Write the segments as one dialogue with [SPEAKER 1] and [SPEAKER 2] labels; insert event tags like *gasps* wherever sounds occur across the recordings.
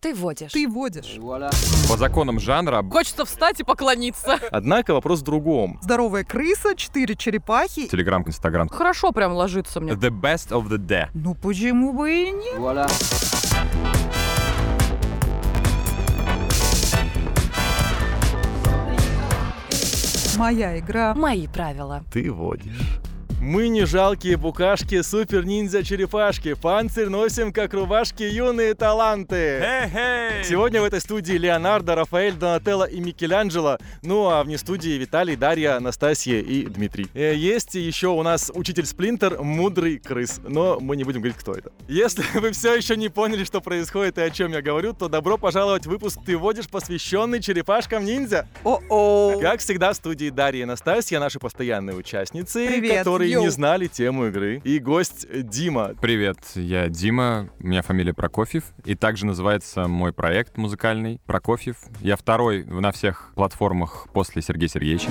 [SPEAKER 1] Ты водишь.
[SPEAKER 2] Ты водишь.
[SPEAKER 3] По законам жанра
[SPEAKER 4] Хочется встать и поклониться.
[SPEAKER 5] Однако вопрос в другом.
[SPEAKER 2] Здоровая крыса, четыре черепахи.
[SPEAKER 3] Телеграм,
[SPEAKER 4] *laughs*
[SPEAKER 3] Инстаграм.
[SPEAKER 4] Хорошо прям ложится мне.
[SPEAKER 3] The best of the day.
[SPEAKER 2] Ну почему бы и нет? Моя игра.
[SPEAKER 1] Мои правила.
[SPEAKER 5] Ты водишь. Мы не жалкие букашки, супер-ниндзя-черепашки. Панцирь носим, как рубашки, юные таланты. Сегодня в этой студии Леонардо, Рафаэль, Донателло и Микеланджело. Ну а вне студии Виталий, Дарья, Анастасия и Дмитрий. Э, Есть еще у нас учитель Сплинтер, мудрый крыс. Но мы не будем говорить, кто это. Если *laughs* вы все еще не поняли, что происходит и о чем я говорю, то добро пожаловать в выпуск «Ты водишь», посвященный черепашкам-ниндзя.
[SPEAKER 2] О-о.
[SPEAKER 5] Как всегда, в студии Дарья и Настасья, наши постоянные участницы,
[SPEAKER 2] Привет,
[SPEAKER 5] которые
[SPEAKER 2] йоу.
[SPEAKER 5] не знали тему игры. И гость э, Дима.
[SPEAKER 3] Привет, я Дима, у меня фамилия Прокофьев, и также называется мой проект музыкальный «Прокофьев». Я второй в- на всех платформах после Сергея Сергеевича.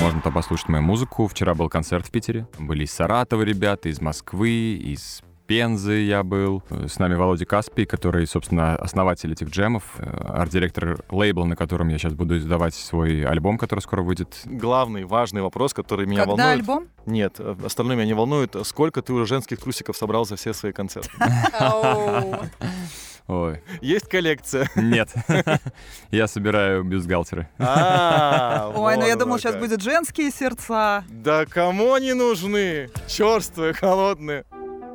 [SPEAKER 3] Можно там послушать мою музыку. Вчера был концерт в Питере. Были из Саратова ребята, из Москвы, из Пензы я был. Э, С нами Володя Каспий, который, собственно, основатель этих джемов, э, арт-директор лейбла, на котором я сейчас буду издавать свой альбом, который скоро выйдет.
[SPEAKER 5] Главный важный вопрос, который меня
[SPEAKER 2] Когда
[SPEAKER 5] волнует.
[SPEAKER 2] альбом?
[SPEAKER 5] Нет, э, остальное меня не волнует. Сколько ты уже женских трусиков собрал за все
[SPEAKER 2] *laughs*
[SPEAKER 5] свои концерты?
[SPEAKER 4] Ау.
[SPEAKER 3] Ой,
[SPEAKER 5] Есть коллекция.
[SPEAKER 2] *laughs*
[SPEAKER 3] нет. *laughs* Я собираю бюстгальтеры.
[SPEAKER 5] *laughs* А,
[SPEAKER 2] Ой, ну
[SPEAKER 5] вот
[SPEAKER 2] я
[SPEAKER 5] оно
[SPEAKER 2] думал, сейчас
[SPEAKER 5] как.
[SPEAKER 2] будет женские сердца.
[SPEAKER 5] Да кому они нужны? Черствые, холодные.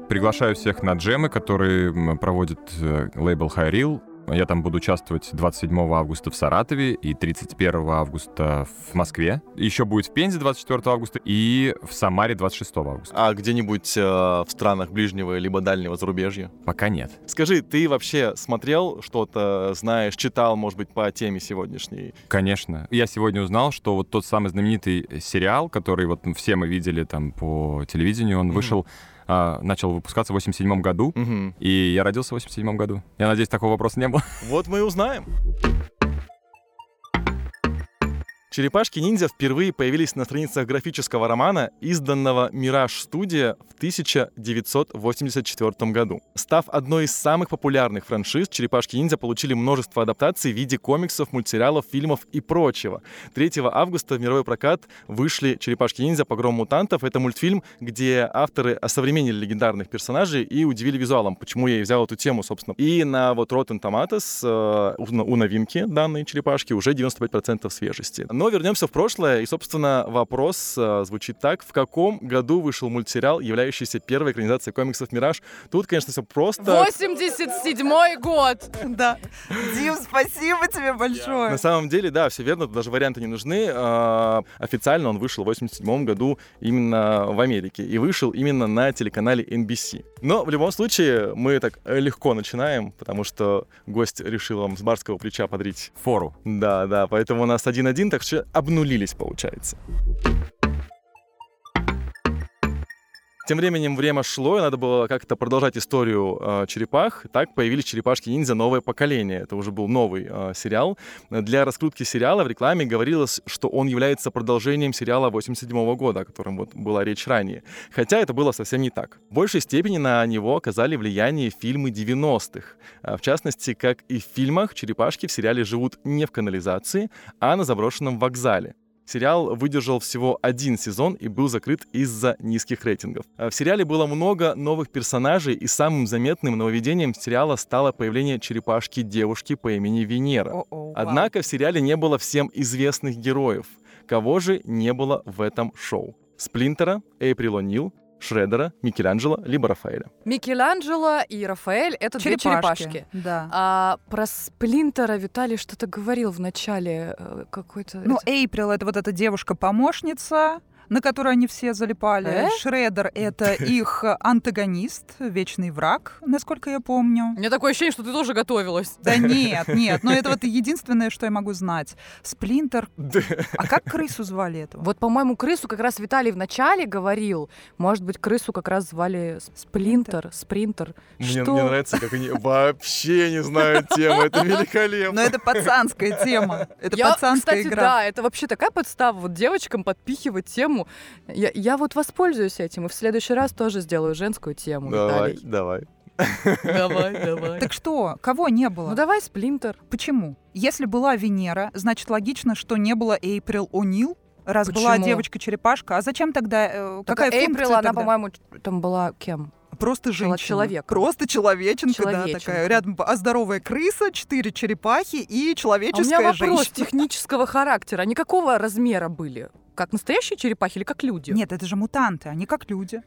[SPEAKER 3] Приглашаю всех на джемы, которые м, проводит э, лейбл Хайрил. Я там буду участвовать 27 августа в Саратове и 31 августа в Москве. Еще будет в Пензе 24 августа и в Самаре 26 августа.
[SPEAKER 5] А где-нибудь э, в странах ближнего либо дальнего зарубежья?
[SPEAKER 3] Пока нет.
[SPEAKER 5] Скажи, ты вообще смотрел что-то, знаешь, читал, может быть, по теме сегодняшней?
[SPEAKER 3] Конечно. Я сегодня узнал, что вот тот самый знаменитый сериал, который вот все мы видели там по телевидению, он
[SPEAKER 5] Мгм.
[SPEAKER 3] вышел, а, начал выпускаться в 87 году.
[SPEAKER 5] Мгм.
[SPEAKER 3] И я родился в 87 году. Я надеюсь, такого вопроса не было. *laughs*
[SPEAKER 5] Вот мы и узнаем. Черепашки-ниндзя впервые появились на страницах графического романа, изданного «Мираж Студия» в 1984 году. Став одной из самых популярных франшиз, «Черепашки-ниндзя» получили множество адаптаций в виде комиксов, мультсериалов, фильмов и прочего. 3 августа в мировой прокат вышли «Черепашки-ниндзя. Погром мутантов». Это мультфильм, где авторы осовременили легендарных персонажей и удивили визуалом, почему я и взял эту тему, собственно. И на вот Rotten Tomatoes э, у, у новинки данной «Черепашки» уже 95% свежести. Но вернемся в прошлое, и, собственно, вопрос э, звучит так. В каком году вышел мультсериал, являющийся первой экранизацией комиксов «Мираж»? Тут, конечно, все просто.
[SPEAKER 4] 87 год.
[SPEAKER 2] Да. Дим, спасибо тебе большое.
[SPEAKER 5] На самом деле, да, все верно, тут даже варианты не нужны. А, Официально он вышел в 87 году именно в Америке и вышел именно на телеканале NBC. Но в любом случае мы так э, легко начинаем, потому что гость решил вам с барского плеча подрить.
[SPEAKER 3] Фору.
[SPEAKER 5] Да, да, поэтому у нас 1-1, так что обнулились, получается. Тем временем время шло, и надо было как-то продолжать историю э, черепах. Так появились черепашки-ниндзя новое поколение. Это уже был новый э, сериал. Для раскрутки сериала в рекламе говорилось, что он является продолжением сериала 87 года, о котором вот была речь ранее. Хотя это было совсем не так. В большей степени на него оказали влияние фильмы 90-х. А В частности, как и в фильмах, черепашки в сериале живут не в канализации, а на заброшенном вокзале. Сериал выдержал всего один сезон и был закрыт из-за низких рейтингов. А В сериале было много новых персонажей, и самым заметным нововведением сериала стало появление черепашки-девушки по имени Венера.
[SPEAKER 2] О-о, вау.
[SPEAKER 5] Однако в сериале не было всем известных героев. Кого же не было в этом шоу? Сплинтера, Эйприл О'Нил, Шредера, Микеланджело, либо Рафаэля.
[SPEAKER 4] Микеланджело и Рафаэль — это две черепашки.
[SPEAKER 2] Да.
[SPEAKER 4] А про Сплинтера Виталий что-то говорил в начале э, какой-то...
[SPEAKER 2] Ну, Эйприл — это вот эта девушка-помощница, на которую они все залипали.
[SPEAKER 4] Э?
[SPEAKER 2] Шредер — это их антагонист, вечный враг, насколько я помню.
[SPEAKER 4] У меня такое ощущение, что ты тоже готовилась.
[SPEAKER 2] Да нет, нет, но это вот единственное, что я могу знать. Сплинтер. А как крысу звали этого?
[SPEAKER 4] Вот, по-моему, крысу как раз Виталий в начале говорил. Может быть, крысу как раз звали Сплинтер, Спринтер.
[SPEAKER 5] Мне,
[SPEAKER 4] Что?
[SPEAKER 5] мне нравится, как они вообще не знают
[SPEAKER 4] *laughs*
[SPEAKER 5] темы. Это великолепно.
[SPEAKER 2] Но Ну, это пацанская тема. Это
[SPEAKER 4] Я,
[SPEAKER 2] пацанская
[SPEAKER 4] кстати,
[SPEAKER 2] игра.
[SPEAKER 4] да, это вообще такая подстава вот девочкам подпихивать тему тему. Я, я вот воспользуюсь этим и в следующий раз тоже сделаю женскую тему.
[SPEAKER 5] Давай,
[SPEAKER 4] Виталий.
[SPEAKER 5] давай.
[SPEAKER 4] Давай, давай.
[SPEAKER 2] Так что, кого не было?
[SPEAKER 4] Ну давай сплинтер.
[SPEAKER 2] Почему? Если была Венера, значит логично, что не было Эйприл О'Нил, раз была
[SPEAKER 4] Почему?
[SPEAKER 2] девочка-черепашка. А зачем тогда... э, какая
[SPEAKER 4] Так, а
[SPEAKER 2] функция
[SPEAKER 4] Эйприл, она,
[SPEAKER 2] тогда?
[SPEAKER 4] по-моему, там была кем? А
[SPEAKER 2] Просто женщина.
[SPEAKER 4] человеком.
[SPEAKER 2] Просто человеченка, да,
[SPEAKER 4] Человеченка.
[SPEAKER 2] такая. Рядом а здоровая крыса, четыре черепахи и
[SPEAKER 4] А у меня
[SPEAKER 2] человеческая
[SPEAKER 4] вопрос
[SPEAKER 2] женщина.
[SPEAKER 4] технического характера. Они какого размера были? Как настоящие черепахи или как люди?
[SPEAKER 2] Нет, это же мутанты, они как люди.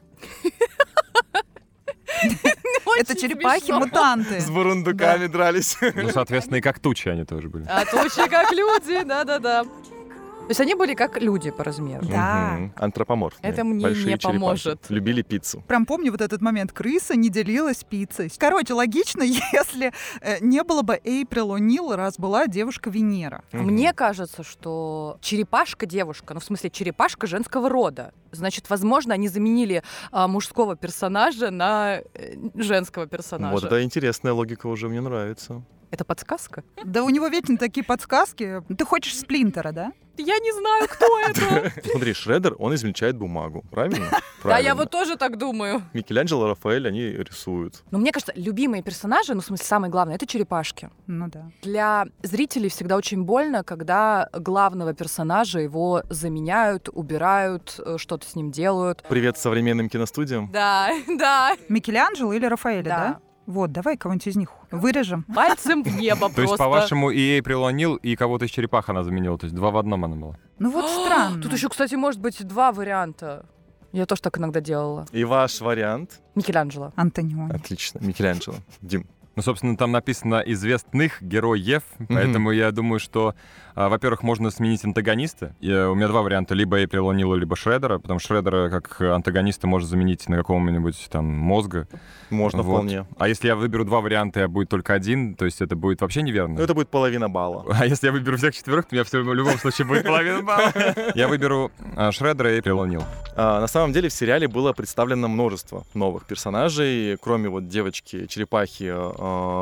[SPEAKER 4] Очень
[SPEAKER 2] это
[SPEAKER 4] смешно.
[SPEAKER 2] черепахи-мутанты.
[SPEAKER 5] С бурундуками дрались.
[SPEAKER 4] *laughs*
[SPEAKER 3] Ну, соответственно, и как тучи они тоже были.
[SPEAKER 4] А точно как люди, да-да-да. То есть они были как люди по размеру.
[SPEAKER 2] Да.
[SPEAKER 5] Мгм. Антропоморфные.
[SPEAKER 4] Это мне
[SPEAKER 5] Большие
[SPEAKER 4] не
[SPEAKER 5] черепахи.
[SPEAKER 4] поможет.
[SPEAKER 5] Любили пиццу.
[SPEAKER 2] Прям помню вот этот момент. Крыса не делилась пиццей. Короче, логично, *laughs* если э, не было бы Эйприл О'Нил, раз была девушка Венера.
[SPEAKER 5] Мгм.
[SPEAKER 4] Мне кажется, что черепашка девушка, ну в смысле черепашка женского рода. Значит, возможно, они заменили а, мужского персонажа на э, женского персонажа.
[SPEAKER 5] Вот это интересная логика уже, мне *laughs* нравится.
[SPEAKER 4] Это подсказка?
[SPEAKER 2] Да у него вечно такие подсказки. Ты хочешь сплинтера, да?
[SPEAKER 4] Я не знаю,
[SPEAKER 5] *laughs*
[SPEAKER 4] кто это.
[SPEAKER 5] Смотри, Шреддер, он измельчает бумагу, правильно?
[SPEAKER 4] *laughs* Да,
[SPEAKER 5] Правильно.
[SPEAKER 4] я вот тоже так думаю.
[SPEAKER 5] Микеланджело, Рафаэль, они рисуют.
[SPEAKER 4] Но мне кажется, любимые персонажи, ну в смысле самое главное, это черепашки.
[SPEAKER 2] Ну да.
[SPEAKER 4] Для зрителей всегда очень больно, когда главного персонажа его заменяют, убирают, э, что-то с ним делают.
[SPEAKER 5] Привет современным киностудиям.
[SPEAKER 4] Да, *laughs* да.
[SPEAKER 2] Микеланджело или Рафаэля, да? Вот, давай кого-нибудь из них вырежем.
[SPEAKER 4] Пальцем в небо
[SPEAKER 3] То есть,
[SPEAKER 4] просто.
[SPEAKER 3] по-вашему, и ей прилонил, и кого-то из черепах она заменила. То есть два в одном она была.
[SPEAKER 4] *gasps*
[SPEAKER 2] Ну *gasps* вот странно.
[SPEAKER 4] Тут еще, кстати, может быть два варианта. Я тоже так иногда делала.
[SPEAKER 5] И ваш вариант?
[SPEAKER 4] Микеланджело.
[SPEAKER 2] *laughs* Антониони.
[SPEAKER 5] Отлично, Микеланджело. Дим.
[SPEAKER 3] Ну, собственно, там написано известных героев, поэтому я думаю, что, а, во-первых, можно сменить антагониста. Я- у меня два варианта, либо Эйприл О'Нила, либо Шредера, потому что Шредера как антагониста можно заменить на какого-нибудь там мозга.
[SPEAKER 5] Можно
[SPEAKER 3] Вот.
[SPEAKER 5] вполне.
[SPEAKER 3] А если я выберу два варианта, а будет только один, то есть это будет вообще неверно.
[SPEAKER 5] Ну, это будет половина балла.
[SPEAKER 3] А если я выберу всех четверых, то у меня все в любом случае будет половина
[SPEAKER 5] *laughs*
[SPEAKER 3] балла. Я выберу а, Шредера и Эйприл О'Нил.
[SPEAKER 5] А, на самом деле в сериале было представлено множество новых персонажей. Кроме вот девочки-черепахи э,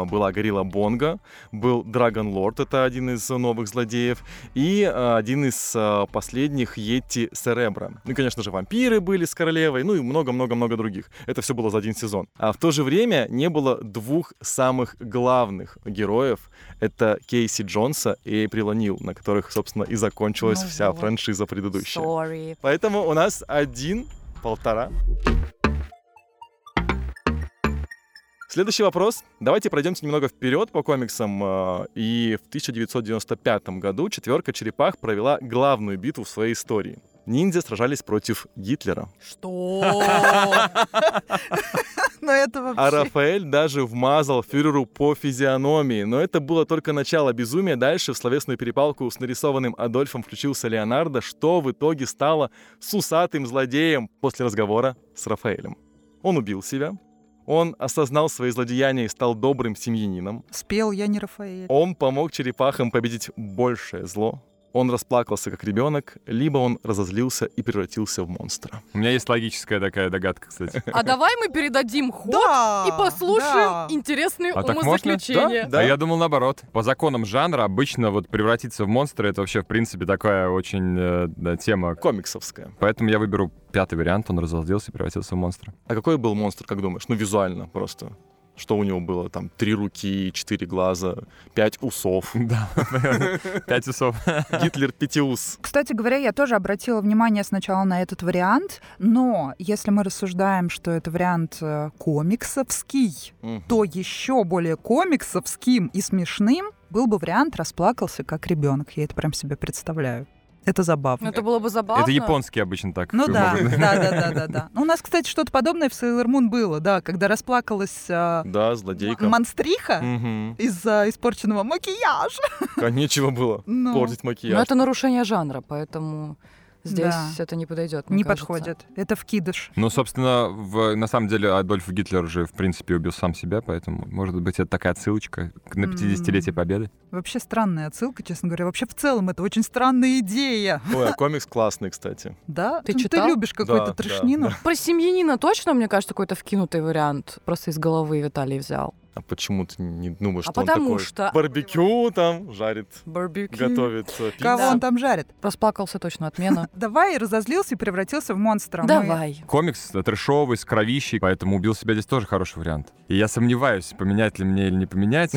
[SPEAKER 5] была Горилла Бонга, был Драгон Лорд, это один из новых злодеев, и э, один из э, последних Йети Серебра. Ну и, конечно же, вампиры были с королевой, ну и много-много-много других. Это все было за один сезон. А в то же время не было двух самых главных героев. Это Кейси Джонса и Эйприл О'Нил, на которых, собственно, и закончилась
[SPEAKER 4] Ну
[SPEAKER 5] вся
[SPEAKER 4] вот.
[SPEAKER 5] франшиза предыдущая.
[SPEAKER 4] Sorry.
[SPEAKER 5] Поэтому у нас один, полтора. Следующий вопрос. Давайте пройдемте немного вперед по комиксам. э, И в 1995 году четверка черепах провела главную битву в своей истории. Ниндзя сражались против Гитлера.
[SPEAKER 4] Что? *laughs*
[SPEAKER 2] Но Ну, это вообще...
[SPEAKER 5] А Рафаэль даже вмазал фюреру по физиономии. Но это было только начало безумия. Дальше в словесную перепалку с нарисованным Адольфом включился Леонардо, что в итоге стало с усатым злодеем после разговора с Рафаэлем. Он убил себя. Он осознал свои злодеяния и стал добрым семьянином.
[SPEAKER 2] Спел я не Рафаэль.
[SPEAKER 5] Он помог черепахам победить большее зло. Он расплакался как ребенок, либо он разозлился и превратился в монстра.
[SPEAKER 3] У меня есть логическая такая догадка,
[SPEAKER 4] *laughs*
[SPEAKER 3] кстати.
[SPEAKER 4] А давай мы передадим ход
[SPEAKER 2] Да,
[SPEAKER 4] и
[SPEAKER 2] да.
[SPEAKER 4] послушаем интересные
[SPEAKER 3] А так можно?
[SPEAKER 4] умозаключения.
[SPEAKER 5] Да.
[SPEAKER 3] А я думал наоборот. По законам жанра обычно вот превратиться в монстра это вообще в принципе такая очень э, да, тема.
[SPEAKER 5] Комиксовская.
[SPEAKER 3] Поэтому я выберу пятый вариант. Он разозлился и превратился в монстра.
[SPEAKER 5] А какой был монстр, как думаешь? Ну, визуально просто. Что у него было? Там три руки, четыре глаза, пять
[SPEAKER 3] *laughs*
[SPEAKER 5] усов.
[SPEAKER 3] Да. Пять усов.
[SPEAKER 5] Гитлер пятиус.
[SPEAKER 2] Кстати говоря, я тоже обратила внимание сначала на этот вариант, но если мы рассуждаем, что это вариант э, комиксовский, то еще более комиксовским и смешным был бы вариант «Расплакался как ребенок». Я это прям себе представляю. Это забавно.
[SPEAKER 4] Это было бы забавно.
[SPEAKER 3] Это японский обычно так.
[SPEAKER 2] Ну да,
[SPEAKER 3] могут.
[SPEAKER 2] да, да, да, да, да. Ну, У нас, кстати, что-то подобное в Sailor Moon было, да, когда расплакалась э,
[SPEAKER 5] Да, злодейка.
[SPEAKER 2] монстриха
[SPEAKER 5] Мгм.
[SPEAKER 2] из-за испорченного макияжа.
[SPEAKER 5] *laughs* А нечего было
[SPEAKER 2] Ну,
[SPEAKER 5] портить
[SPEAKER 4] Но
[SPEAKER 5] макияж.
[SPEAKER 4] это нарушение жанра, поэтому здесь
[SPEAKER 2] Да.
[SPEAKER 4] это не подойдет. мне
[SPEAKER 2] Не
[SPEAKER 4] кажется.
[SPEAKER 2] подходит. Это вкидыш.
[SPEAKER 3] Ну, собственно, в- на самом деле Адольф Гитлер уже, в принципе, убил сам себя, поэтому, может быть, это такая отсылочка к- на 50-летие
[SPEAKER 2] М.
[SPEAKER 3] Победы.
[SPEAKER 2] Вообще странная отсылка, честно говоря. Вообще в целом это очень странная идея.
[SPEAKER 4] ну
[SPEAKER 5] Ой, а комикс классный, кстати.
[SPEAKER 2] Да?
[SPEAKER 4] Ты
[SPEAKER 2] Ну,
[SPEAKER 4] читал?
[SPEAKER 2] любишь какую-то
[SPEAKER 5] Да, да,
[SPEAKER 2] трешнину.
[SPEAKER 4] Про семьянина точно, мне кажется, какой-то вкинутый вариант просто из головы Виталий взял.
[SPEAKER 5] А почему ты не думаешь,
[SPEAKER 4] А
[SPEAKER 5] что он
[SPEAKER 4] потому
[SPEAKER 5] такой?
[SPEAKER 4] что-
[SPEAKER 5] Барбекю там жарит,
[SPEAKER 4] Барбекю.
[SPEAKER 5] готовит. э, пиццу.
[SPEAKER 2] Кого
[SPEAKER 4] Да.
[SPEAKER 2] он там жарит?
[SPEAKER 4] Расплакался точно
[SPEAKER 2] *laughs*
[SPEAKER 4] отмена.
[SPEAKER 2] Давай разозлился и превратился в монстра. Ну, Мы-
[SPEAKER 4] Давай.
[SPEAKER 3] Комикс трешовый, с кровищей, поэтому «Убил себя» здесь тоже хороший вариант. И я сомневаюсь, поменять ли мне или не *laughs* поменять.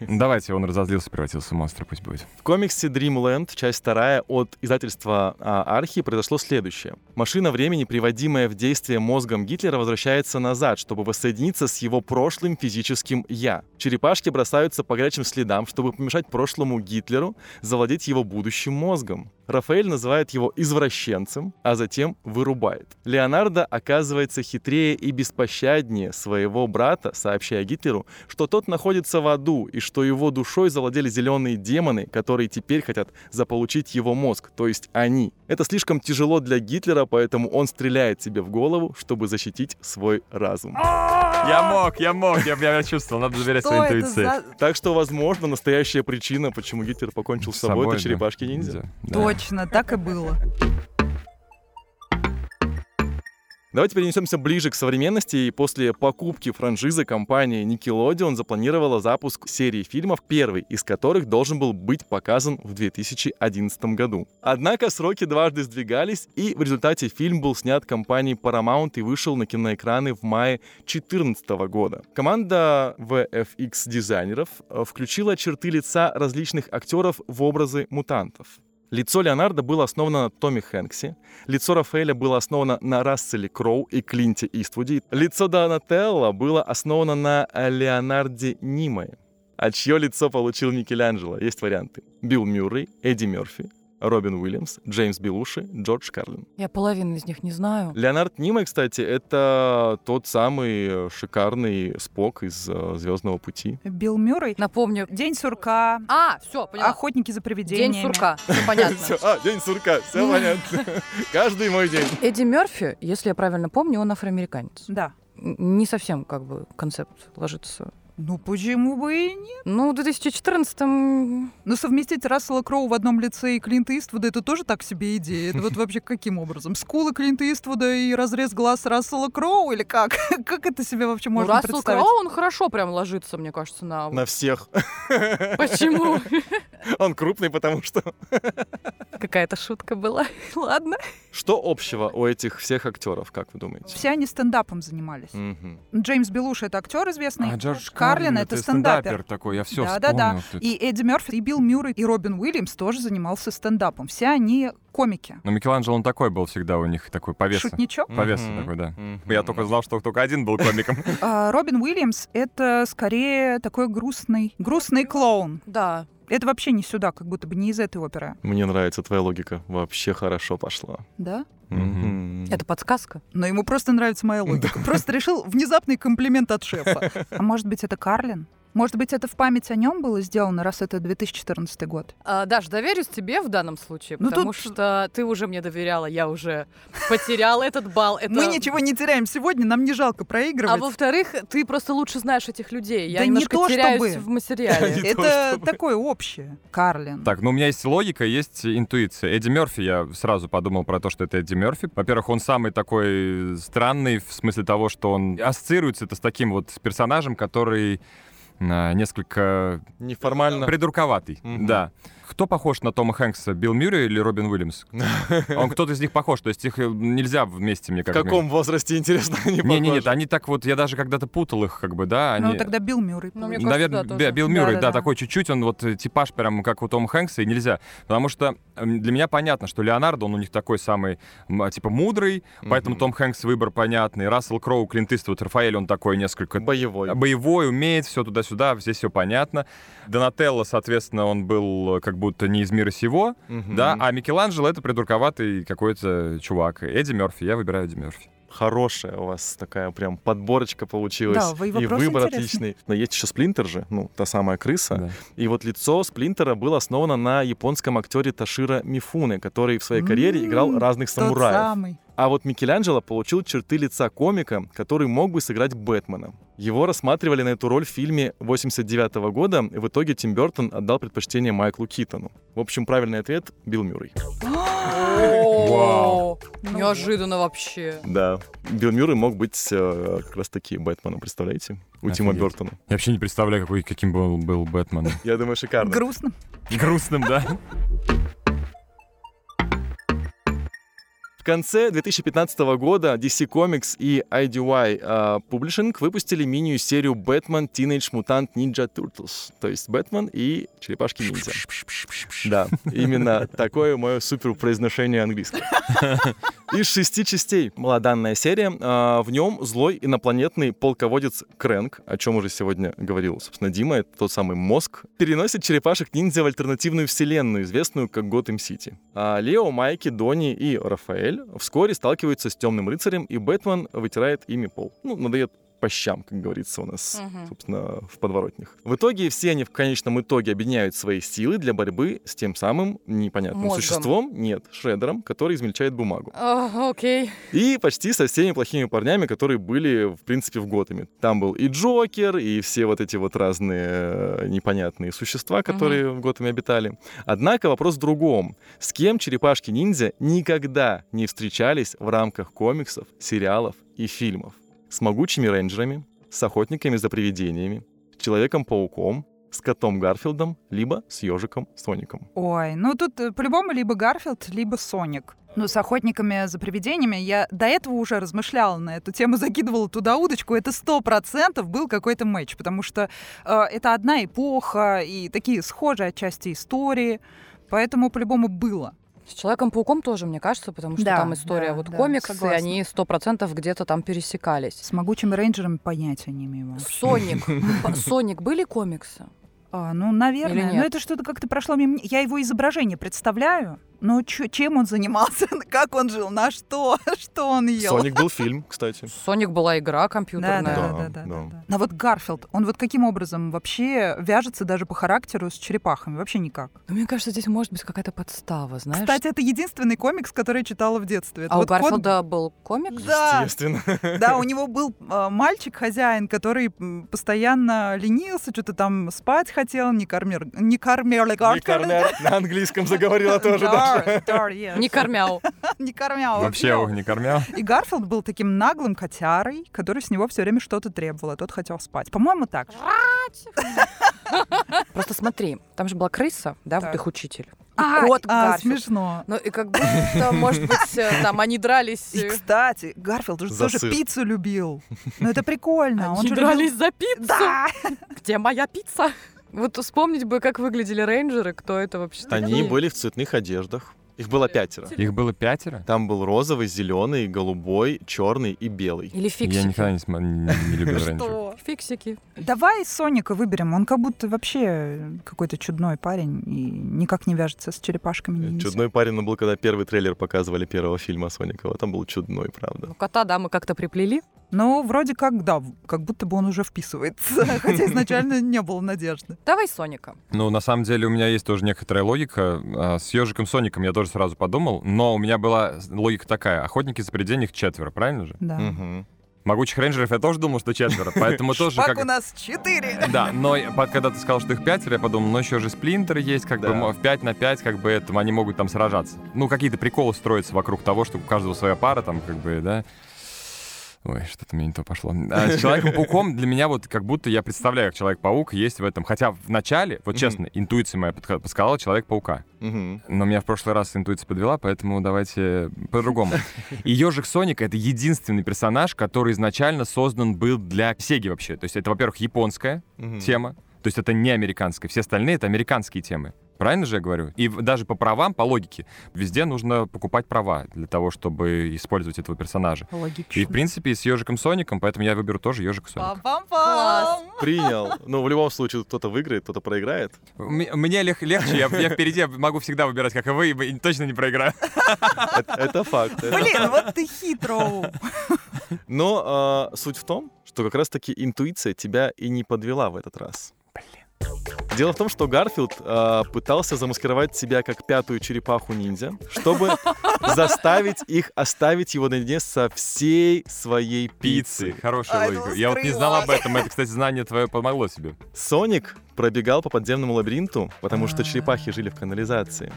[SPEAKER 3] Ну, Давайте, он разозлился, превратился в монстра, пусть будет.
[SPEAKER 5] В комиксе Dreamland, часть вторая от издательства а, Архи, произошло следующее. Машина времени, приводимая в действие мозгом Гитлера, возвращается назад, чтобы воссоединиться с его прошлым физическим «я». Черепашки бросаются по горячим следам, чтобы помешать прошлому Гитлеру завладеть его будущим мозгом. Рафаэль называет его извращенцем, а затем вырубает. Леонардо оказывается хитрее и беспощаднее своего брата, сообщая Гитлеру, что тот находится в аду и что его душой завладели зеленые демоны, которые теперь хотят заполучить его мозг, то есть они. Это слишком тяжело для Гитлера, поэтому он стреляет себе в голову, чтобы защитить свой разум.
[SPEAKER 3] Я мог, я мог, я, я чувствовал, надо доверять
[SPEAKER 2] Что
[SPEAKER 3] своей
[SPEAKER 2] это
[SPEAKER 3] интуиции.
[SPEAKER 2] за...
[SPEAKER 5] Так что, возможно, настоящая причина, почему Гитлер покончил с
[SPEAKER 3] С
[SPEAKER 5] собой,
[SPEAKER 3] собой,
[SPEAKER 5] это
[SPEAKER 3] да.
[SPEAKER 5] черепашки-ниндзя.
[SPEAKER 3] Да.
[SPEAKER 2] Точно, так и было.
[SPEAKER 5] Давайте перенесемся ближе к современности, и после покупки франшизы компания Nickelodeon запланировала запуск серии фильмов, первый из которых должен был быть показан в 2011 году. Однако сроки дважды сдвигались, и в результате фильм был снят компанией Paramount и вышел на киноэкраны в мае 2014 года. Команда VFX-дизайнеров э, включила черты лица различных актеров в образы мутантов. Лицо Леонардо было основано на Томми Хэнксе, лицо Рафаэля было основано на Расселе Кроу и Клинте Иствуде, лицо Донателло было основано на э, Леонарде Нимое. А чье лицо получил Микеланджело? Есть варианты. Билл Мюррей, Эдди Мерфи, Робин Уильямс, Джеймс Белуши, Джордж Карлин.
[SPEAKER 4] Я половину из них не знаю.
[SPEAKER 5] Леонард Нимой, кстати, это тот самый э, шикарный Спок из э, «Звездного пути».
[SPEAKER 2] Билл Мюррей.
[SPEAKER 4] Напомню.
[SPEAKER 2] День сурка.
[SPEAKER 4] А, все, поняла.
[SPEAKER 2] Охотники за привидениями.
[SPEAKER 4] День сурка. Все
[SPEAKER 2] *laughs*
[SPEAKER 4] понятно.
[SPEAKER 5] Всё, а, день сурка, все понятно. Каждый мой день.
[SPEAKER 4] Эдди Мерфи, если я правильно помню, он афроамериканец.
[SPEAKER 2] Да.
[SPEAKER 4] Н- Не совсем как бы концепт ложится.
[SPEAKER 2] Ну почему бы и нет?
[SPEAKER 4] Ну, в 2014
[SPEAKER 2] Ну совместить Рассела Кроу в одном лице и Клинта Иствуда это тоже так себе идея. Это вот вообще каким образом? Скулы Клинта Иствуда и разрез глаз Рассела Кроу или как? *laughs* Как это себе вообще
[SPEAKER 4] ну,
[SPEAKER 2] можно
[SPEAKER 4] Рассел
[SPEAKER 2] представить?
[SPEAKER 4] Кроу, он хорошо прям ложится, мне кажется,
[SPEAKER 2] *laughs*
[SPEAKER 4] на...
[SPEAKER 5] На всех.
[SPEAKER 4] Почему? *laughs*
[SPEAKER 5] Он крупный, потому что...
[SPEAKER 4] Какая-то шутка была. *laughs* Ладно.
[SPEAKER 5] Что общего у этих всех актеров, как вы думаете?
[SPEAKER 2] Все они стендапом занимались.
[SPEAKER 5] Мгм.
[SPEAKER 2] Джеймс Белуш это актер известный.
[SPEAKER 3] А Джордж
[SPEAKER 2] Карлин это стендапер.
[SPEAKER 3] такой, я все
[SPEAKER 2] Да, да, да.
[SPEAKER 3] вспомнил. тут.
[SPEAKER 2] И Эдди Мерфи, и Билл Мюррей, и Робин Уильямс тоже занимался стендапом. Все они комики.
[SPEAKER 3] Но Микеланджело он такой был всегда у них, такой повеса.
[SPEAKER 2] Шутничок.
[SPEAKER 3] Повеса
[SPEAKER 5] Мгм.
[SPEAKER 3] такой, да.
[SPEAKER 5] Мгм.
[SPEAKER 3] Я только знал, что только один был комиком.
[SPEAKER 2] А, Робин Уильямс — это скорее такой грустный, грустный клоун.
[SPEAKER 4] Да.
[SPEAKER 2] Это вообще не сюда, как будто бы не из этой оперы.
[SPEAKER 5] Мне нравится твоя логика. Вообще хорошо пошла.
[SPEAKER 2] Да?
[SPEAKER 3] Мгм.
[SPEAKER 5] Мгм.
[SPEAKER 4] Это подсказка.
[SPEAKER 2] Но ему просто нравится моя логика. Просто решил внезапный комплимент от шефа. А может быть, это Карлин? Может быть, это в память о нем было сделано, раз это 2014 год?
[SPEAKER 4] А, Даш, доверюсь тебе в данном случае,
[SPEAKER 2] Ну,
[SPEAKER 4] потому
[SPEAKER 2] тут-
[SPEAKER 4] что ты уже мне доверяла, я уже потеряла этот балл. Это...
[SPEAKER 2] Мы ничего не теряем сегодня, нам не жалко
[SPEAKER 4] А *laughs*
[SPEAKER 2] проигрывать.
[SPEAKER 4] во-вторых, ты просто лучше знаешь этих людей. Я
[SPEAKER 2] Да не
[SPEAKER 4] немножко
[SPEAKER 2] то
[SPEAKER 4] теряюсь
[SPEAKER 2] чтобы.
[SPEAKER 4] в
[SPEAKER 2] *laughs*
[SPEAKER 4] материале.
[SPEAKER 5] Не то,
[SPEAKER 2] Это
[SPEAKER 5] чтобы.
[SPEAKER 2] такое общее. Карлин.
[SPEAKER 3] Так, ну у меня есть логика, есть интуиция. Эдди Мерфи, я сразу подумал про то, что это Эдди Мерфи. Во-первых, он самый такой странный в смысле того, что он ассоциируется это с таким вот с персонажем, который а, несколько
[SPEAKER 5] Неформально.
[SPEAKER 3] придурковатый.
[SPEAKER 5] Мгм.
[SPEAKER 3] Да. Кто похож на Тома Хэнкса, Билл Мюррей или Робин
[SPEAKER 5] *laughs*
[SPEAKER 3] Уильямс? Он кто-то из них похож, то есть их э, нельзя вместе, мне
[SPEAKER 5] В
[SPEAKER 3] как
[SPEAKER 5] каком возрасте, интересно, *laughs* они
[SPEAKER 3] Не, не,
[SPEAKER 5] похожи?
[SPEAKER 3] нет, они так вот, я даже когда-то путал их, как бы, да, они.
[SPEAKER 2] Ну, тогда Билл Мюррей.
[SPEAKER 4] Ну, мне
[SPEAKER 2] получается.
[SPEAKER 4] кажется,
[SPEAKER 3] Наверное,
[SPEAKER 4] да,
[SPEAKER 3] Б-
[SPEAKER 4] тоже.
[SPEAKER 3] Билл Мюррей, да,
[SPEAKER 2] Да-да-да.
[SPEAKER 3] такой чуть-чуть, он вот э, типаж прям как у Тома Хэнкса, и нельзя. Потому что м, для меня понятно, что Леонардо, он у них такой самый, м, а, типа, мудрый, поэтому
[SPEAKER 5] Мгм.
[SPEAKER 3] Том Хэнкс выбор понятный, Рассел Кроу, Клинт Иствуд, Рафаэль, он такой несколько
[SPEAKER 5] Боевой.
[SPEAKER 3] боевой, умеет все туда-сюда, здесь все понятно. Донателло, соответственно, он был э, как будто не из мира сего,
[SPEAKER 5] Мгм.
[SPEAKER 3] да, а Микеланджело это придурковатый какой-то чувак. Эдди Мерфи, я выбираю Эдди Мерфи.
[SPEAKER 5] Хорошая у вас такая прям подборочка получилась.
[SPEAKER 2] Да, вы-
[SPEAKER 5] и
[SPEAKER 2] вопрос
[SPEAKER 5] выбор
[SPEAKER 2] интересный.
[SPEAKER 5] отличный. Но есть еще Сплинтер же, ну, та самая крыса.
[SPEAKER 3] Да.
[SPEAKER 5] И вот лицо Сплинтера было основано на японском актере Ташира Мифуне, который в своей карьере
[SPEAKER 2] М,
[SPEAKER 5] играл разных
[SPEAKER 2] Тот
[SPEAKER 5] самураев.
[SPEAKER 2] самый.
[SPEAKER 5] А вот Микеланджело получил черты лица комика, который мог бы сыграть Бэтмена. Его рассматривали на эту роль в фильме 89 года, и в итоге Тим Бертон отдал предпочтение Майклу Китону. В общем, правильный ответ — Билл Мюррей.
[SPEAKER 4] О, Неожиданно вообще.
[SPEAKER 5] Да, Билл Мюррей мог быть э, как раз-таки Бэтменом, представляете? У Тима
[SPEAKER 3] Офигеть.
[SPEAKER 5] Бертона.
[SPEAKER 3] Я вообще не представляю, какой, каким был, был Бэтмен.
[SPEAKER 5] Я думаю, шикарно.
[SPEAKER 2] Грустно.
[SPEAKER 3] Грустным, да?
[SPEAKER 5] В конце 2015 года DC Comics и IDY э, Publishing выпустили мини-серию Batman Teenage Mutant Ninja Turtles, то есть Бэтмен и Черепашки Ниндзя. Да, именно такое мое супер произношение английского. Из шести частей была данная серия. А, В нем злой инопланетный полководец Крэнк, о чем уже сегодня говорил, собственно, Дима, это тот самый мозг, переносит черепашек-ниндзя в альтернативную вселенную, известную как Готэм-Сити. А Лео, Майки, Донни и Рафаэль вскоре сталкиваются с темным рыцарем, и Бэтмен вытирает ими пол. Ну, надает по щам, как говорится у нас
[SPEAKER 4] Мгм.
[SPEAKER 5] собственно, в подворотнях. В итоге все они в конечном итоге объединяют свои силы для борьбы с тем самым непонятным
[SPEAKER 4] Мозгом.
[SPEAKER 5] существом, нет, шредером, который измельчает бумагу.
[SPEAKER 4] А, Окей.
[SPEAKER 5] И почти со всеми плохими парнями, которые были, в принципе, в Готэме. Там был и Джокер, и все вот эти вот разные э, непонятные существа, которые в Готэме обитали. Однако вопрос в другом. С кем черепашки-ниндзя никогда не встречались в рамках комиксов, сериалов и фильмов? С могучими рейнджерами, с охотниками за привидениями, с Человеком-пауком, с котом Гарфилдом, либо с ежиком Соником.
[SPEAKER 2] Ой, ну тут э, по-любому либо Гарфилд, либо Соник. Ну, с охотниками за привидениями я до этого уже размышляла на эту тему, *laughs* закидывала туда удочку. Это сто процентов был какой-то матч, потому что э, это одна эпоха и такие схожие отчасти истории. Поэтому по-любому было.
[SPEAKER 4] С Человеком-пауком тоже, мне кажется, потому что
[SPEAKER 2] Да,
[SPEAKER 4] там история
[SPEAKER 2] да,
[SPEAKER 4] вот
[SPEAKER 2] да,
[SPEAKER 4] комиксы,
[SPEAKER 2] согласна.
[SPEAKER 4] они сто процентов где-то там пересекались.
[SPEAKER 2] С могучим рейнджером понятия не имею. вообще.
[SPEAKER 4] Соник. П- Соник были комиксы?
[SPEAKER 2] А, ну, наверное.
[SPEAKER 4] Или
[SPEAKER 2] Но
[SPEAKER 4] нет?
[SPEAKER 2] это что-то как-то прошло мимо. меня. Я его изображение представляю, но чё- чем он занимался, *laughs* как он жил, на что, *laughs* что он ел.
[SPEAKER 5] Соник был фильм, кстати.
[SPEAKER 4] Соник была игра компьютерная.
[SPEAKER 5] Да.
[SPEAKER 2] Но вот Гарфилд, он вот каким образом вообще вяжется даже по характеру с черепахами? Вообще никак.
[SPEAKER 4] Но мне кажется, здесь может быть какая-то подстава, знаешь?
[SPEAKER 2] Кстати, это единственный комикс, который я читала в детстве. Это
[SPEAKER 4] а у
[SPEAKER 2] вот кот-
[SPEAKER 4] Гарфилда был комикс?
[SPEAKER 2] Да,
[SPEAKER 5] Естественно.
[SPEAKER 2] *laughs* да, у него был э, мальчик-хозяин, который м, постоянно ленился, что-то там спать хотел, не кормил, не кормил
[SPEAKER 5] Ник
[SPEAKER 2] Гарфилда.
[SPEAKER 5] Карнер на английском заговорила тоже. да.
[SPEAKER 2] Дар, дар, yes.
[SPEAKER 4] Не кормял.
[SPEAKER 2] *laughs* Не кормил
[SPEAKER 3] Вообще его не кормя.
[SPEAKER 2] И Гарфилд был таким наглым котярой, который с него все время что-то требовал, а тот хотел спать. По-моему, так. же.
[SPEAKER 4] Просто смотри, там же была крыса, да, вот
[SPEAKER 2] Так.
[SPEAKER 4] их учитель.
[SPEAKER 2] А,
[SPEAKER 4] кот
[SPEAKER 2] а,
[SPEAKER 4] Гарфилд.
[SPEAKER 2] смешно.
[SPEAKER 4] Ну и как будто, может быть, э, там они дрались...
[SPEAKER 2] И,
[SPEAKER 4] э,
[SPEAKER 2] кстати, Гарфилд же
[SPEAKER 5] За
[SPEAKER 2] тоже
[SPEAKER 5] сыр.
[SPEAKER 2] пиццу любил. Ну, это прикольно. Он
[SPEAKER 4] Они
[SPEAKER 2] же
[SPEAKER 4] дрались
[SPEAKER 2] любил...
[SPEAKER 4] за пиццу.
[SPEAKER 2] Да!
[SPEAKER 4] Где моя пицца? Вот вспомнить бы, как выглядели рейнджеры, кто это вообще.
[SPEAKER 5] Они
[SPEAKER 4] такие.
[SPEAKER 5] были в цветных одеждах. Их было пятеро.
[SPEAKER 3] Их было пятеро?
[SPEAKER 5] Там был розовый, зеленый, голубой, черный и белый.
[SPEAKER 4] Или
[SPEAKER 3] Я
[SPEAKER 4] фиксики.
[SPEAKER 3] никогда не, см- не- не любил раньше.
[SPEAKER 4] Фиксики.
[SPEAKER 2] Давай Соника выберем. Он как будто вообще какой-то чудной парень и никак не вяжется с черепашками. ниндзя.
[SPEAKER 5] Чудной парень он был, когда первый трейлер показывали первого фильма Соникова. Там был чудной, правда.
[SPEAKER 4] Ну, кота, да, мы как-то приплели.
[SPEAKER 2] Ну, вроде как, да, как будто бы он уже вписывается. Хотя изначально не было надежды.
[SPEAKER 4] Давай Соника.
[SPEAKER 3] Ну, на самом деле, у меня есть тоже некоторая логика. А, С ежиком Соником я тоже сразу подумал, но у меня была логика такая. Охотники за привидениями их четверо, правильно же?
[SPEAKER 2] Да.
[SPEAKER 5] Мгм.
[SPEAKER 3] Могучих рейнджеров я тоже думал, что четверо, поэтому тоже
[SPEAKER 2] Шпак у
[SPEAKER 3] как...
[SPEAKER 2] нас четыре.
[SPEAKER 3] Да, но и под- когда ты сказал, что их пятеро, я подумал, ну еще же сплинтер есть, как бы
[SPEAKER 5] Да.
[SPEAKER 3] мо- в 5 на 5, как бы это, они могут там сражаться. Ну, какие-то приколы строятся вокруг того, что у каждого своя пара, там, как бы, да. Ой, что-то мне не то пошло. А, с Человеком-пауком для меня вот как будто я представляю, как Человек-паук есть в этом. Хотя в начале, вот
[SPEAKER 5] Мгм.
[SPEAKER 3] честно, интуиция моя подка- подсказала Человек-паука.
[SPEAKER 5] Мгм.
[SPEAKER 3] Но меня в прошлый раз интуиция подвела, поэтому давайте по-другому. И Ежик Соник это единственный персонаж, который изначально создан был для Сеги вообще. То есть это, во-первых, японская
[SPEAKER 5] Мгм.
[SPEAKER 3] тема. То есть это не американская. Все остальные это американские темы. Правильно же я говорю? И в- даже по правам, по логике, везде нужно покупать права для того, чтобы использовать этого персонажа.
[SPEAKER 2] Логично.
[SPEAKER 3] И, в принципе, с Ежиком Соником, поэтому я выберу тоже Ежик Соник.
[SPEAKER 2] Пам-пам-пам!
[SPEAKER 5] Принял. Ну, в любом случае, кто-то выиграет, кто-то проиграет.
[SPEAKER 3] М- Мне лег- легче, я, я впереди я могу всегда выбирать, как и вы, и вы- точно не проиграю.
[SPEAKER 5] Это, это факт. Это-
[SPEAKER 2] Блин, вот ты хитро.
[SPEAKER 5] Но а, суть в том, что как раз-таки интуиция тебя и не подвела в этот раз. Блин. Дело в том, что Гарфилд э, пытался замаскировать себя как пятую черепаху ниндзя, чтобы заставить их оставить его наедине со всей своей
[SPEAKER 3] Пиццы.
[SPEAKER 5] пиццей.
[SPEAKER 3] Хорошая
[SPEAKER 2] А, это
[SPEAKER 3] логика. Я вот не
[SPEAKER 2] скрыла.
[SPEAKER 3] знал об этом. Это, кстати, знание твое помогло тебе.
[SPEAKER 5] Соник пробегал по подземному лабиринту, потому что
[SPEAKER 2] А.
[SPEAKER 5] черепахи жили в канализации.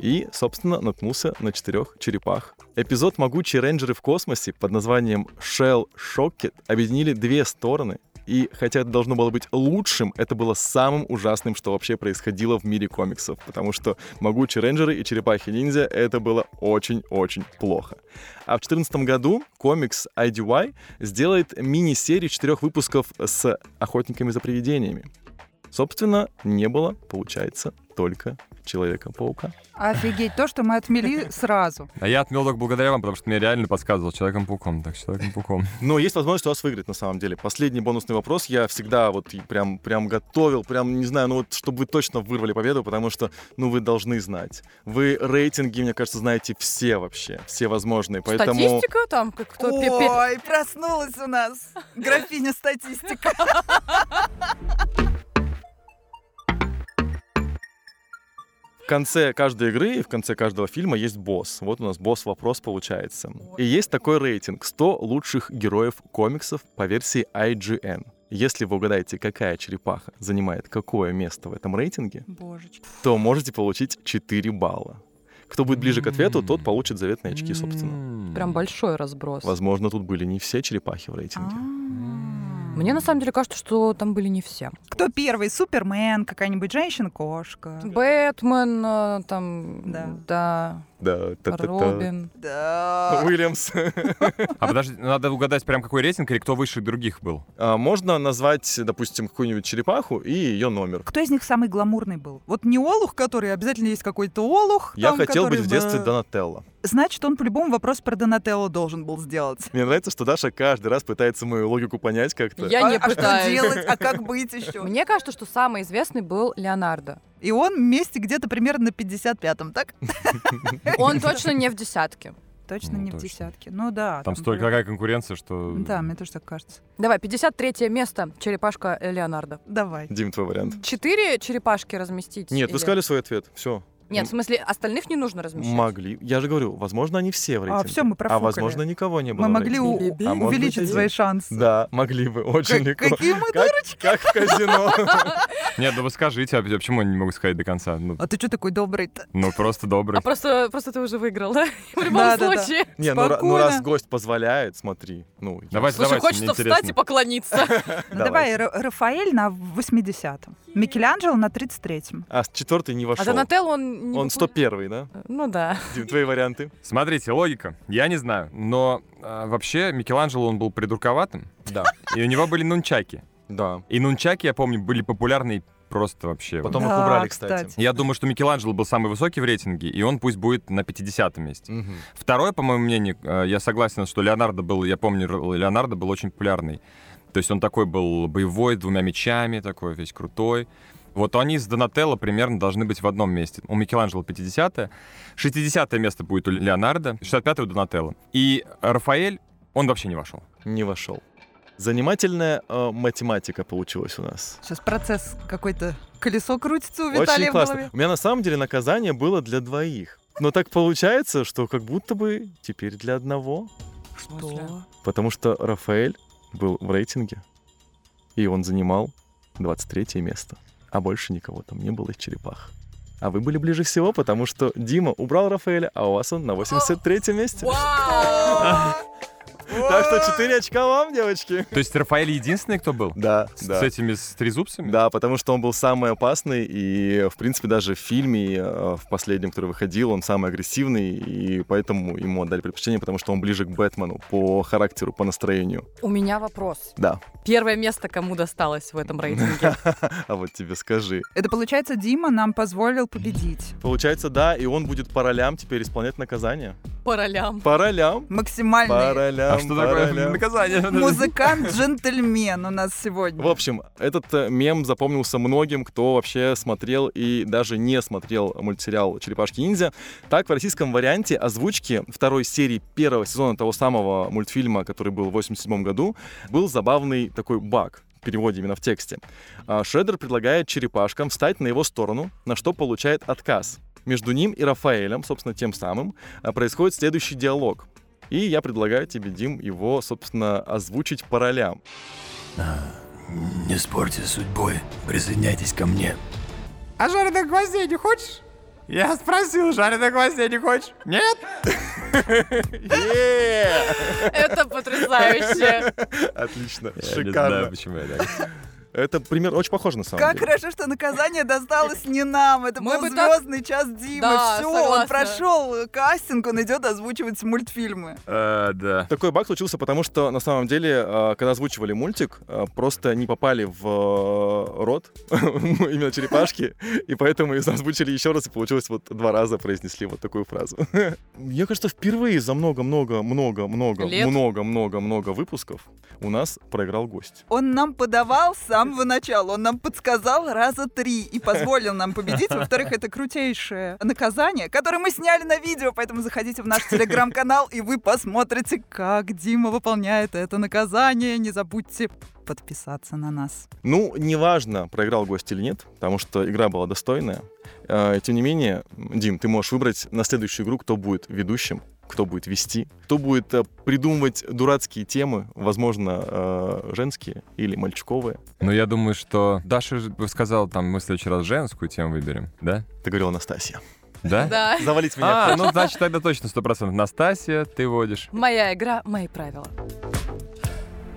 [SPEAKER 5] И, собственно, наткнулся на четырех черепах. Эпизод «Могучие рейнджеры в космосе» под названием «Shell Shocket» объединили две стороны. И хотя это должно было быть лучшим, это было самым ужасным, что вообще происходило в мире комиксов. Потому что «Могучие рейнджеры» и «Черепахи-ниндзя» — это было очень-очень плохо. А в 2014 году комикс IDY сделает мини-серию четырех выпусков с «Охотниками за привидениями». Собственно, не было, получается, только Человека-паука.
[SPEAKER 2] Офигеть, то, что мы отмели сразу.
[SPEAKER 3] А я отмел только благодаря вам, потому что мне реально подсказывал Человеком-пауком. Так, с Человеком-пауком.
[SPEAKER 5] Но есть возможность у вас выиграть, на самом деле. Последний бонусный вопрос. Я всегда вот и прям, прям готовил, прям, не знаю, ну вот, чтобы вы точно вырвали победу, потому что, ну, вы должны знать. Вы рейтинги, мне кажется, знаете все вообще, все возможные. Поэтому...
[SPEAKER 4] Статистика там, как кто пе- пе-
[SPEAKER 2] Ой, проснулась у нас графиня статистика.
[SPEAKER 5] В конце каждой игры и в конце каждого фильма есть босс. Вот у нас босс-вопрос получается. И есть такой рейтинг 100 лучших героев комиксов по версии IGN. Если вы угадаете, какая черепаха занимает какое место в этом рейтинге,
[SPEAKER 2] *laughs* Божечки.
[SPEAKER 5] то можете получить 4 балла. Кто будет ближе к ответу, тот получит заветные очки, собственно.
[SPEAKER 4] Прям большой разброс.
[SPEAKER 5] Возможно, тут были не все черепахи в рейтинге.
[SPEAKER 2] А?
[SPEAKER 4] Мне на самом деле кажется, что там были не все.
[SPEAKER 2] Кто первый? Супермен, какая-нибудь женщина-кошка.
[SPEAKER 4] Бэтмен, э, там,
[SPEAKER 2] Да.
[SPEAKER 4] да,
[SPEAKER 5] Да, та-та-та.
[SPEAKER 4] Робин.
[SPEAKER 2] Да.
[SPEAKER 5] *laughs* Уильямс.
[SPEAKER 3] А подожди, надо угадать прям какой рейтинг или кто выше других был.
[SPEAKER 5] А, Можно назвать, допустим, какую-нибудь черепаху и ее номер.
[SPEAKER 2] Кто из них самый гламурный был? Вот не Олух, который обязательно есть какой-то Олух.
[SPEAKER 5] Я
[SPEAKER 2] там,
[SPEAKER 5] хотел
[SPEAKER 2] который
[SPEAKER 5] быть в детстве
[SPEAKER 2] бы-
[SPEAKER 5] Донателло.
[SPEAKER 2] Значит, он по-любому вопрос про Донателло должен был сделать.
[SPEAKER 5] Мне нравится, что Даша каждый раз пытается мою логику понять как-то.
[SPEAKER 4] Я не
[SPEAKER 2] а, а что
[SPEAKER 4] пытаюсь.
[SPEAKER 2] делать? А *laughs* как быть еще?
[SPEAKER 4] Мне кажется, что самый известный был Леонардо.
[SPEAKER 2] И он вместе где-то примерно на 55-м, так?
[SPEAKER 5] *laughs*
[SPEAKER 4] Он точно не в десятке.
[SPEAKER 2] Точно
[SPEAKER 3] Ну,
[SPEAKER 2] не в
[SPEAKER 3] точно.
[SPEAKER 2] десятке. Ну
[SPEAKER 4] А
[SPEAKER 2] да.
[SPEAKER 3] Там столько такая конкуренция, что...
[SPEAKER 2] Да, мне тоже так кажется.
[SPEAKER 4] Давай, 53 место, черепашка Леонардо.
[SPEAKER 2] Давай.
[SPEAKER 5] Дим, твой вариант.
[SPEAKER 4] Четыре черепашки разместить?
[SPEAKER 5] Нет, вы
[SPEAKER 4] или-
[SPEAKER 5] сказали свой ответ. Все.
[SPEAKER 4] Нет, в смысле, остальных не нужно размещать.
[SPEAKER 5] Могли. Я же говорю, возможно, они все в
[SPEAKER 2] А,
[SPEAKER 5] рейтинге.
[SPEAKER 2] всё, мы
[SPEAKER 5] А
[SPEAKER 2] профукали.
[SPEAKER 5] возможно, никого не было.
[SPEAKER 2] Мы
[SPEAKER 5] в
[SPEAKER 2] могли
[SPEAKER 5] рейтинге.
[SPEAKER 2] у-
[SPEAKER 4] Или
[SPEAKER 5] А может быть,
[SPEAKER 2] увеличить
[SPEAKER 5] и
[SPEAKER 2] свои
[SPEAKER 5] есть.
[SPEAKER 2] шансы.
[SPEAKER 5] Да, могли бы. Очень
[SPEAKER 2] Как-
[SPEAKER 5] легко.
[SPEAKER 2] какие мы
[SPEAKER 5] Как- Как в
[SPEAKER 2] *laughs*
[SPEAKER 5] казино.
[SPEAKER 3] Нет, ну вы скажите, а почему я не могу сказать до конца? Ну,
[SPEAKER 2] А ты что такой добрый-то?
[SPEAKER 3] ну, просто добрый.
[SPEAKER 4] А просто, просто ты уже выиграл, да? *laughs* В любом
[SPEAKER 2] Да-да-да.
[SPEAKER 4] случае.
[SPEAKER 5] Не, ну ра- ну
[SPEAKER 2] Спокойно.
[SPEAKER 5] раз гость позволяет, смотри. Ну, я-
[SPEAKER 3] Давайте,
[SPEAKER 4] Слушай,
[SPEAKER 3] давайте, мне
[SPEAKER 4] хочется встать и
[SPEAKER 3] интересно. *laughs*
[SPEAKER 4] поклониться.
[SPEAKER 2] Ну давай, Ра- Рафаэль на 80-м. Микеланджело на 33-м.
[SPEAKER 5] А четвертый не
[SPEAKER 4] А
[SPEAKER 5] вошел.
[SPEAKER 4] Донателло, он... не
[SPEAKER 5] Он
[SPEAKER 4] попу-
[SPEAKER 5] 101 да?
[SPEAKER 4] Ну да.
[SPEAKER 5] Дим, твои варианты?
[SPEAKER 3] Смотрите, логика. Я не знаю, но а, вообще Микеланджело, он был придурковатым. Да. И у него были нунчаки.
[SPEAKER 5] Да.
[SPEAKER 3] И нунчаки, я помню, были популярны просто вообще.
[SPEAKER 5] Потом их
[SPEAKER 2] Да,
[SPEAKER 5] убрали, кстати.
[SPEAKER 2] кстати.
[SPEAKER 3] Я думаю, что Микеланджело был самый высокий в рейтинге, и он пусть будет на 50 месте.
[SPEAKER 5] Мгм.
[SPEAKER 3] Второе, по моему мнению, э, я согласен, что Леонардо был, я помню, Р- Леонардо был очень популярный. То есть он такой был боевой, с двумя мечами, такой весь крутой. Вот они с Донателло примерно должны быть в одном месте. У Микеланджело 50-е, 60-е место будет у Леонардо, 65-е у Донателло. И Рафаэль, он вообще не вошел.
[SPEAKER 5] Не вошел. Занимательная э, математика получилась у нас.
[SPEAKER 2] Сейчас процесс какой-то, колесо крутится у
[SPEAKER 5] Очень
[SPEAKER 2] Виталия в
[SPEAKER 5] классно.
[SPEAKER 2] голове.
[SPEAKER 5] У меня на самом деле наказание было для двоих. Но так получается, что как будто бы теперь для одного.
[SPEAKER 4] Что?
[SPEAKER 5] Потому что Рафаэль был в рейтинге, и он занимал 23 место. А больше никого там не было из черепах. А вы были ближе всего, потому что Дима убрал Рафаэля, а у вас он на 83 месте. Так что 4 очка вам, девочки.
[SPEAKER 3] То есть Рафаэль единственный, кто был?
[SPEAKER 5] Да,
[SPEAKER 3] С,
[SPEAKER 5] да.
[SPEAKER 3] с этими с трезубцами?
[SPEAKER 5] Да, потому что он был самый опасный, и, в принципе, даже в фильме, э, в последнем, который выходил, он самый агрессивный, и поэтому ему отдали предпочтение, потому что он ближе к Бэтмену по характеру, по настроению.
[SPEAKER 4] У меня вопрос.
[SPEAKER 5] Да. *laughs*
[SPEAKER 4] Первое место кому досталось в этом рейтинге?
[SPEAKER 5] А вот тебе скажи.
[SPEAKER 2] Это получается, Дима нам позволил победить.
[SPEAKER 5] Получается, да, и он будет по ролям теперь исполнять наказание.
[SPEAKER 4] По ролям.
[SPEAKER 5] По ролям. По
[SPEAKER 2] Максимальный
[SPEAKER 5] ролям.
[SPEAKER 3] А что
[SPEAKER 5] по
[SPEAKER 3] такое
[SPEAKER 5] ролям.
[SPEAKER 3] наказание?
[SPEAKER 2] музыкант-джентльмен у нас сегодня.
[SPEAKER 5] В общем, этот э, мем запомнился многим, кто вообще смотрел и даже не смотрел мультсериал «Черепашки-ниндзя». Так, в российском варианте озвучки второй серии первого сезона того самого мультфильма, который был в 87 году, был забавный такой баг. переводе именно в тексте. А, Шредер предлагает черепашкам встать на его сторону, на что получает отказ. Между ним и Рафаэлем, собственно, тем самым, а, происходит следующий диалог. И я предлагаю тебе, Дим, его, собственно, озвучить по ролям.
[SPEAKER 1] Не спорьте судьбой, присоединяйтесь ко мне.
[SPEAKER 6] А жареных гвоздей не хочешь? Я спросил, жареных гвоздей не хочешь? Нет?
[SPEAKER 4] Это потрясающе.
[SPEAKER 5] Отлично,
[SPEAKER 3] Я не
[SPEAKER 5] шикарно.
[SPEAKER 3] знаю, почему я так.
[SPEAKER 5] Это пример очень похож на самом
[SPEAKER 2] Как
[SPEAKER 5] деле.
[SPEAKER 2] хорошо, что наказание досталось не нам. Это
[SPEAKER 4] Мы
[SPEAKER 2] был
[SPEAKER 4] бы так-
[SPEAKER 2] звездный час Димы.
[SPEAKER 4] Да,
[SPEAKER 2] Все,
[SPEAKER 4] согласна.
[SPEAKER 2] он прошел кастинг, он идет озвучивать мультфильмы.
[SPEAKER 3] Э, Да.
[SPEAKER 5] Такой баг случился, потому что на самом деле, э, когда озвучивали мультик, э, просто не попали в э, рот *laughs* именно черепашки, и поэтому их озвучили еще раз, и получилось вот два раза произнесли вот такую фразу. *laughs* Мне кажется, впервые за много-много-много-много,
[SPEAKER 4] Лет.
[SPEAKER 5] много-много-много выпусков у нас проиграл гость.
[SPEAKER 2] Он нам подавал с самого начала, он нам подсказал раза три и позволил нам победить. Во-вторых, это крутейшее наказание, которое мы сняли на видео, поэтому заходите в наш телеграм-канал, и вы посмотрите, как Дима выполняет это наказание. Не забудьте подписаться на нас.
[SPEAKER 5] Ну, неважно, проиграл гость или нет, потому что игра была достойная. Э, Тем не менее, Дим, ты можешь выбрать на следующую игру, кто будет ведущим, кто будет вести, кто будет э, придумывать дурацкие темы, возможно, э, женские или мальчиковые.
[SPEAKER 3] Ну, я думаю, что Даша же сказала, там, мы в следующий раз женскую тему выберем, да?
[SPEAKER 5] Ты говорила, Анастасия.
[SPEAKER 3] Да?
[SPEAKER 4] Да.
[SPEAKER 5] Завалить меня.
[SPEAKER 3] А, ну, значит, тогда точно 100%. Настасья, ты водишь.
[SPEAKER 4] Моя игра, мои правила.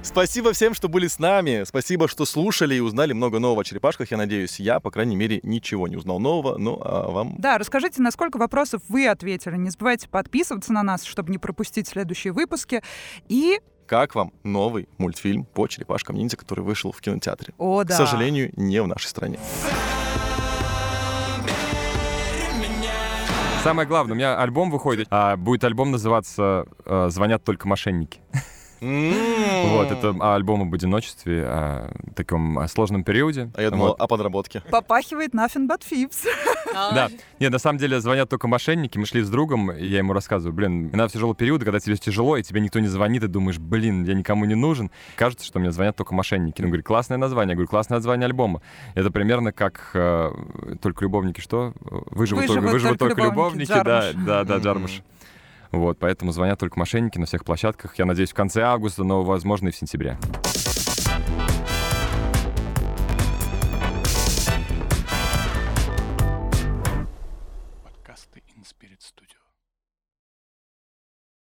[SPEAKER 5] Спасибо всем, что были с нами. Спасибо, что слушали и узнали много нового о черепашках. Я надеюсь, я, по крайней мере, ничего не узнал нового. Ну, а вам...
[SPEAKER 2] Да, расскажите, на сколько вопросов вы ответили. Не забывайте подписываться на нас, чтобы не пропустить следующие выпуски. И,
[SPEAKER 5] Как вам новый мультфильм по черепашкам ниндзя, который вышел в кинотеатре?
[SPEAKER 2] о
[SPEAKER 5] К
[SPEAKER 2] да,
[SPEAKER 5] сожалению, не в нашей стране.
[SPEAKER 3] Самое главное, у меня альбом выходит. а, будет альбом называться э, «Звонят только мошенники». Вот,
[SPEAKER 5] Вот
[SPEAKER 3] это альбом об одиночестве, о таком о сложном периоде.
[SPEAKER 5] А я думал
[SPEAKER 3] Вот.
[SPEAKER 5] о подработке.
[SPEAKER 2] попахивает nothing but thieves.
[SPEAKER 3] Да. Нет, на самом деле звонят только мошенники. Мы шли с другом, и я ему рассказываю, блин, иногда в тяжелый период, когда тебе тяжело, и тебе никто не звонит, и думаешь, блин, я никому не нужен. Кажется, что мне звонят только мошенники. Он говорит, классное название. Я говорю, классное название альбома. Это примерно как э, только любовники что? Выживут, только,
[SPEAKER 2] Выживут
[SPEAKER 3] выживут
[SPEAKER 2] только
[SPEAKER 3] только любовники.
[SPEAKER 2] любовники,
[SPEAKER 3] Да, да, да,
[SPEAKER 5] Мгм.
[SPEAKER 3] Джармуш. Вот, поэтому звонят только мошенники на всех площадках. Я надеюсь, в конце августа, но, возможно, и в сентябре.
[SPEAKER 7] Подкасты InSpirit Studio.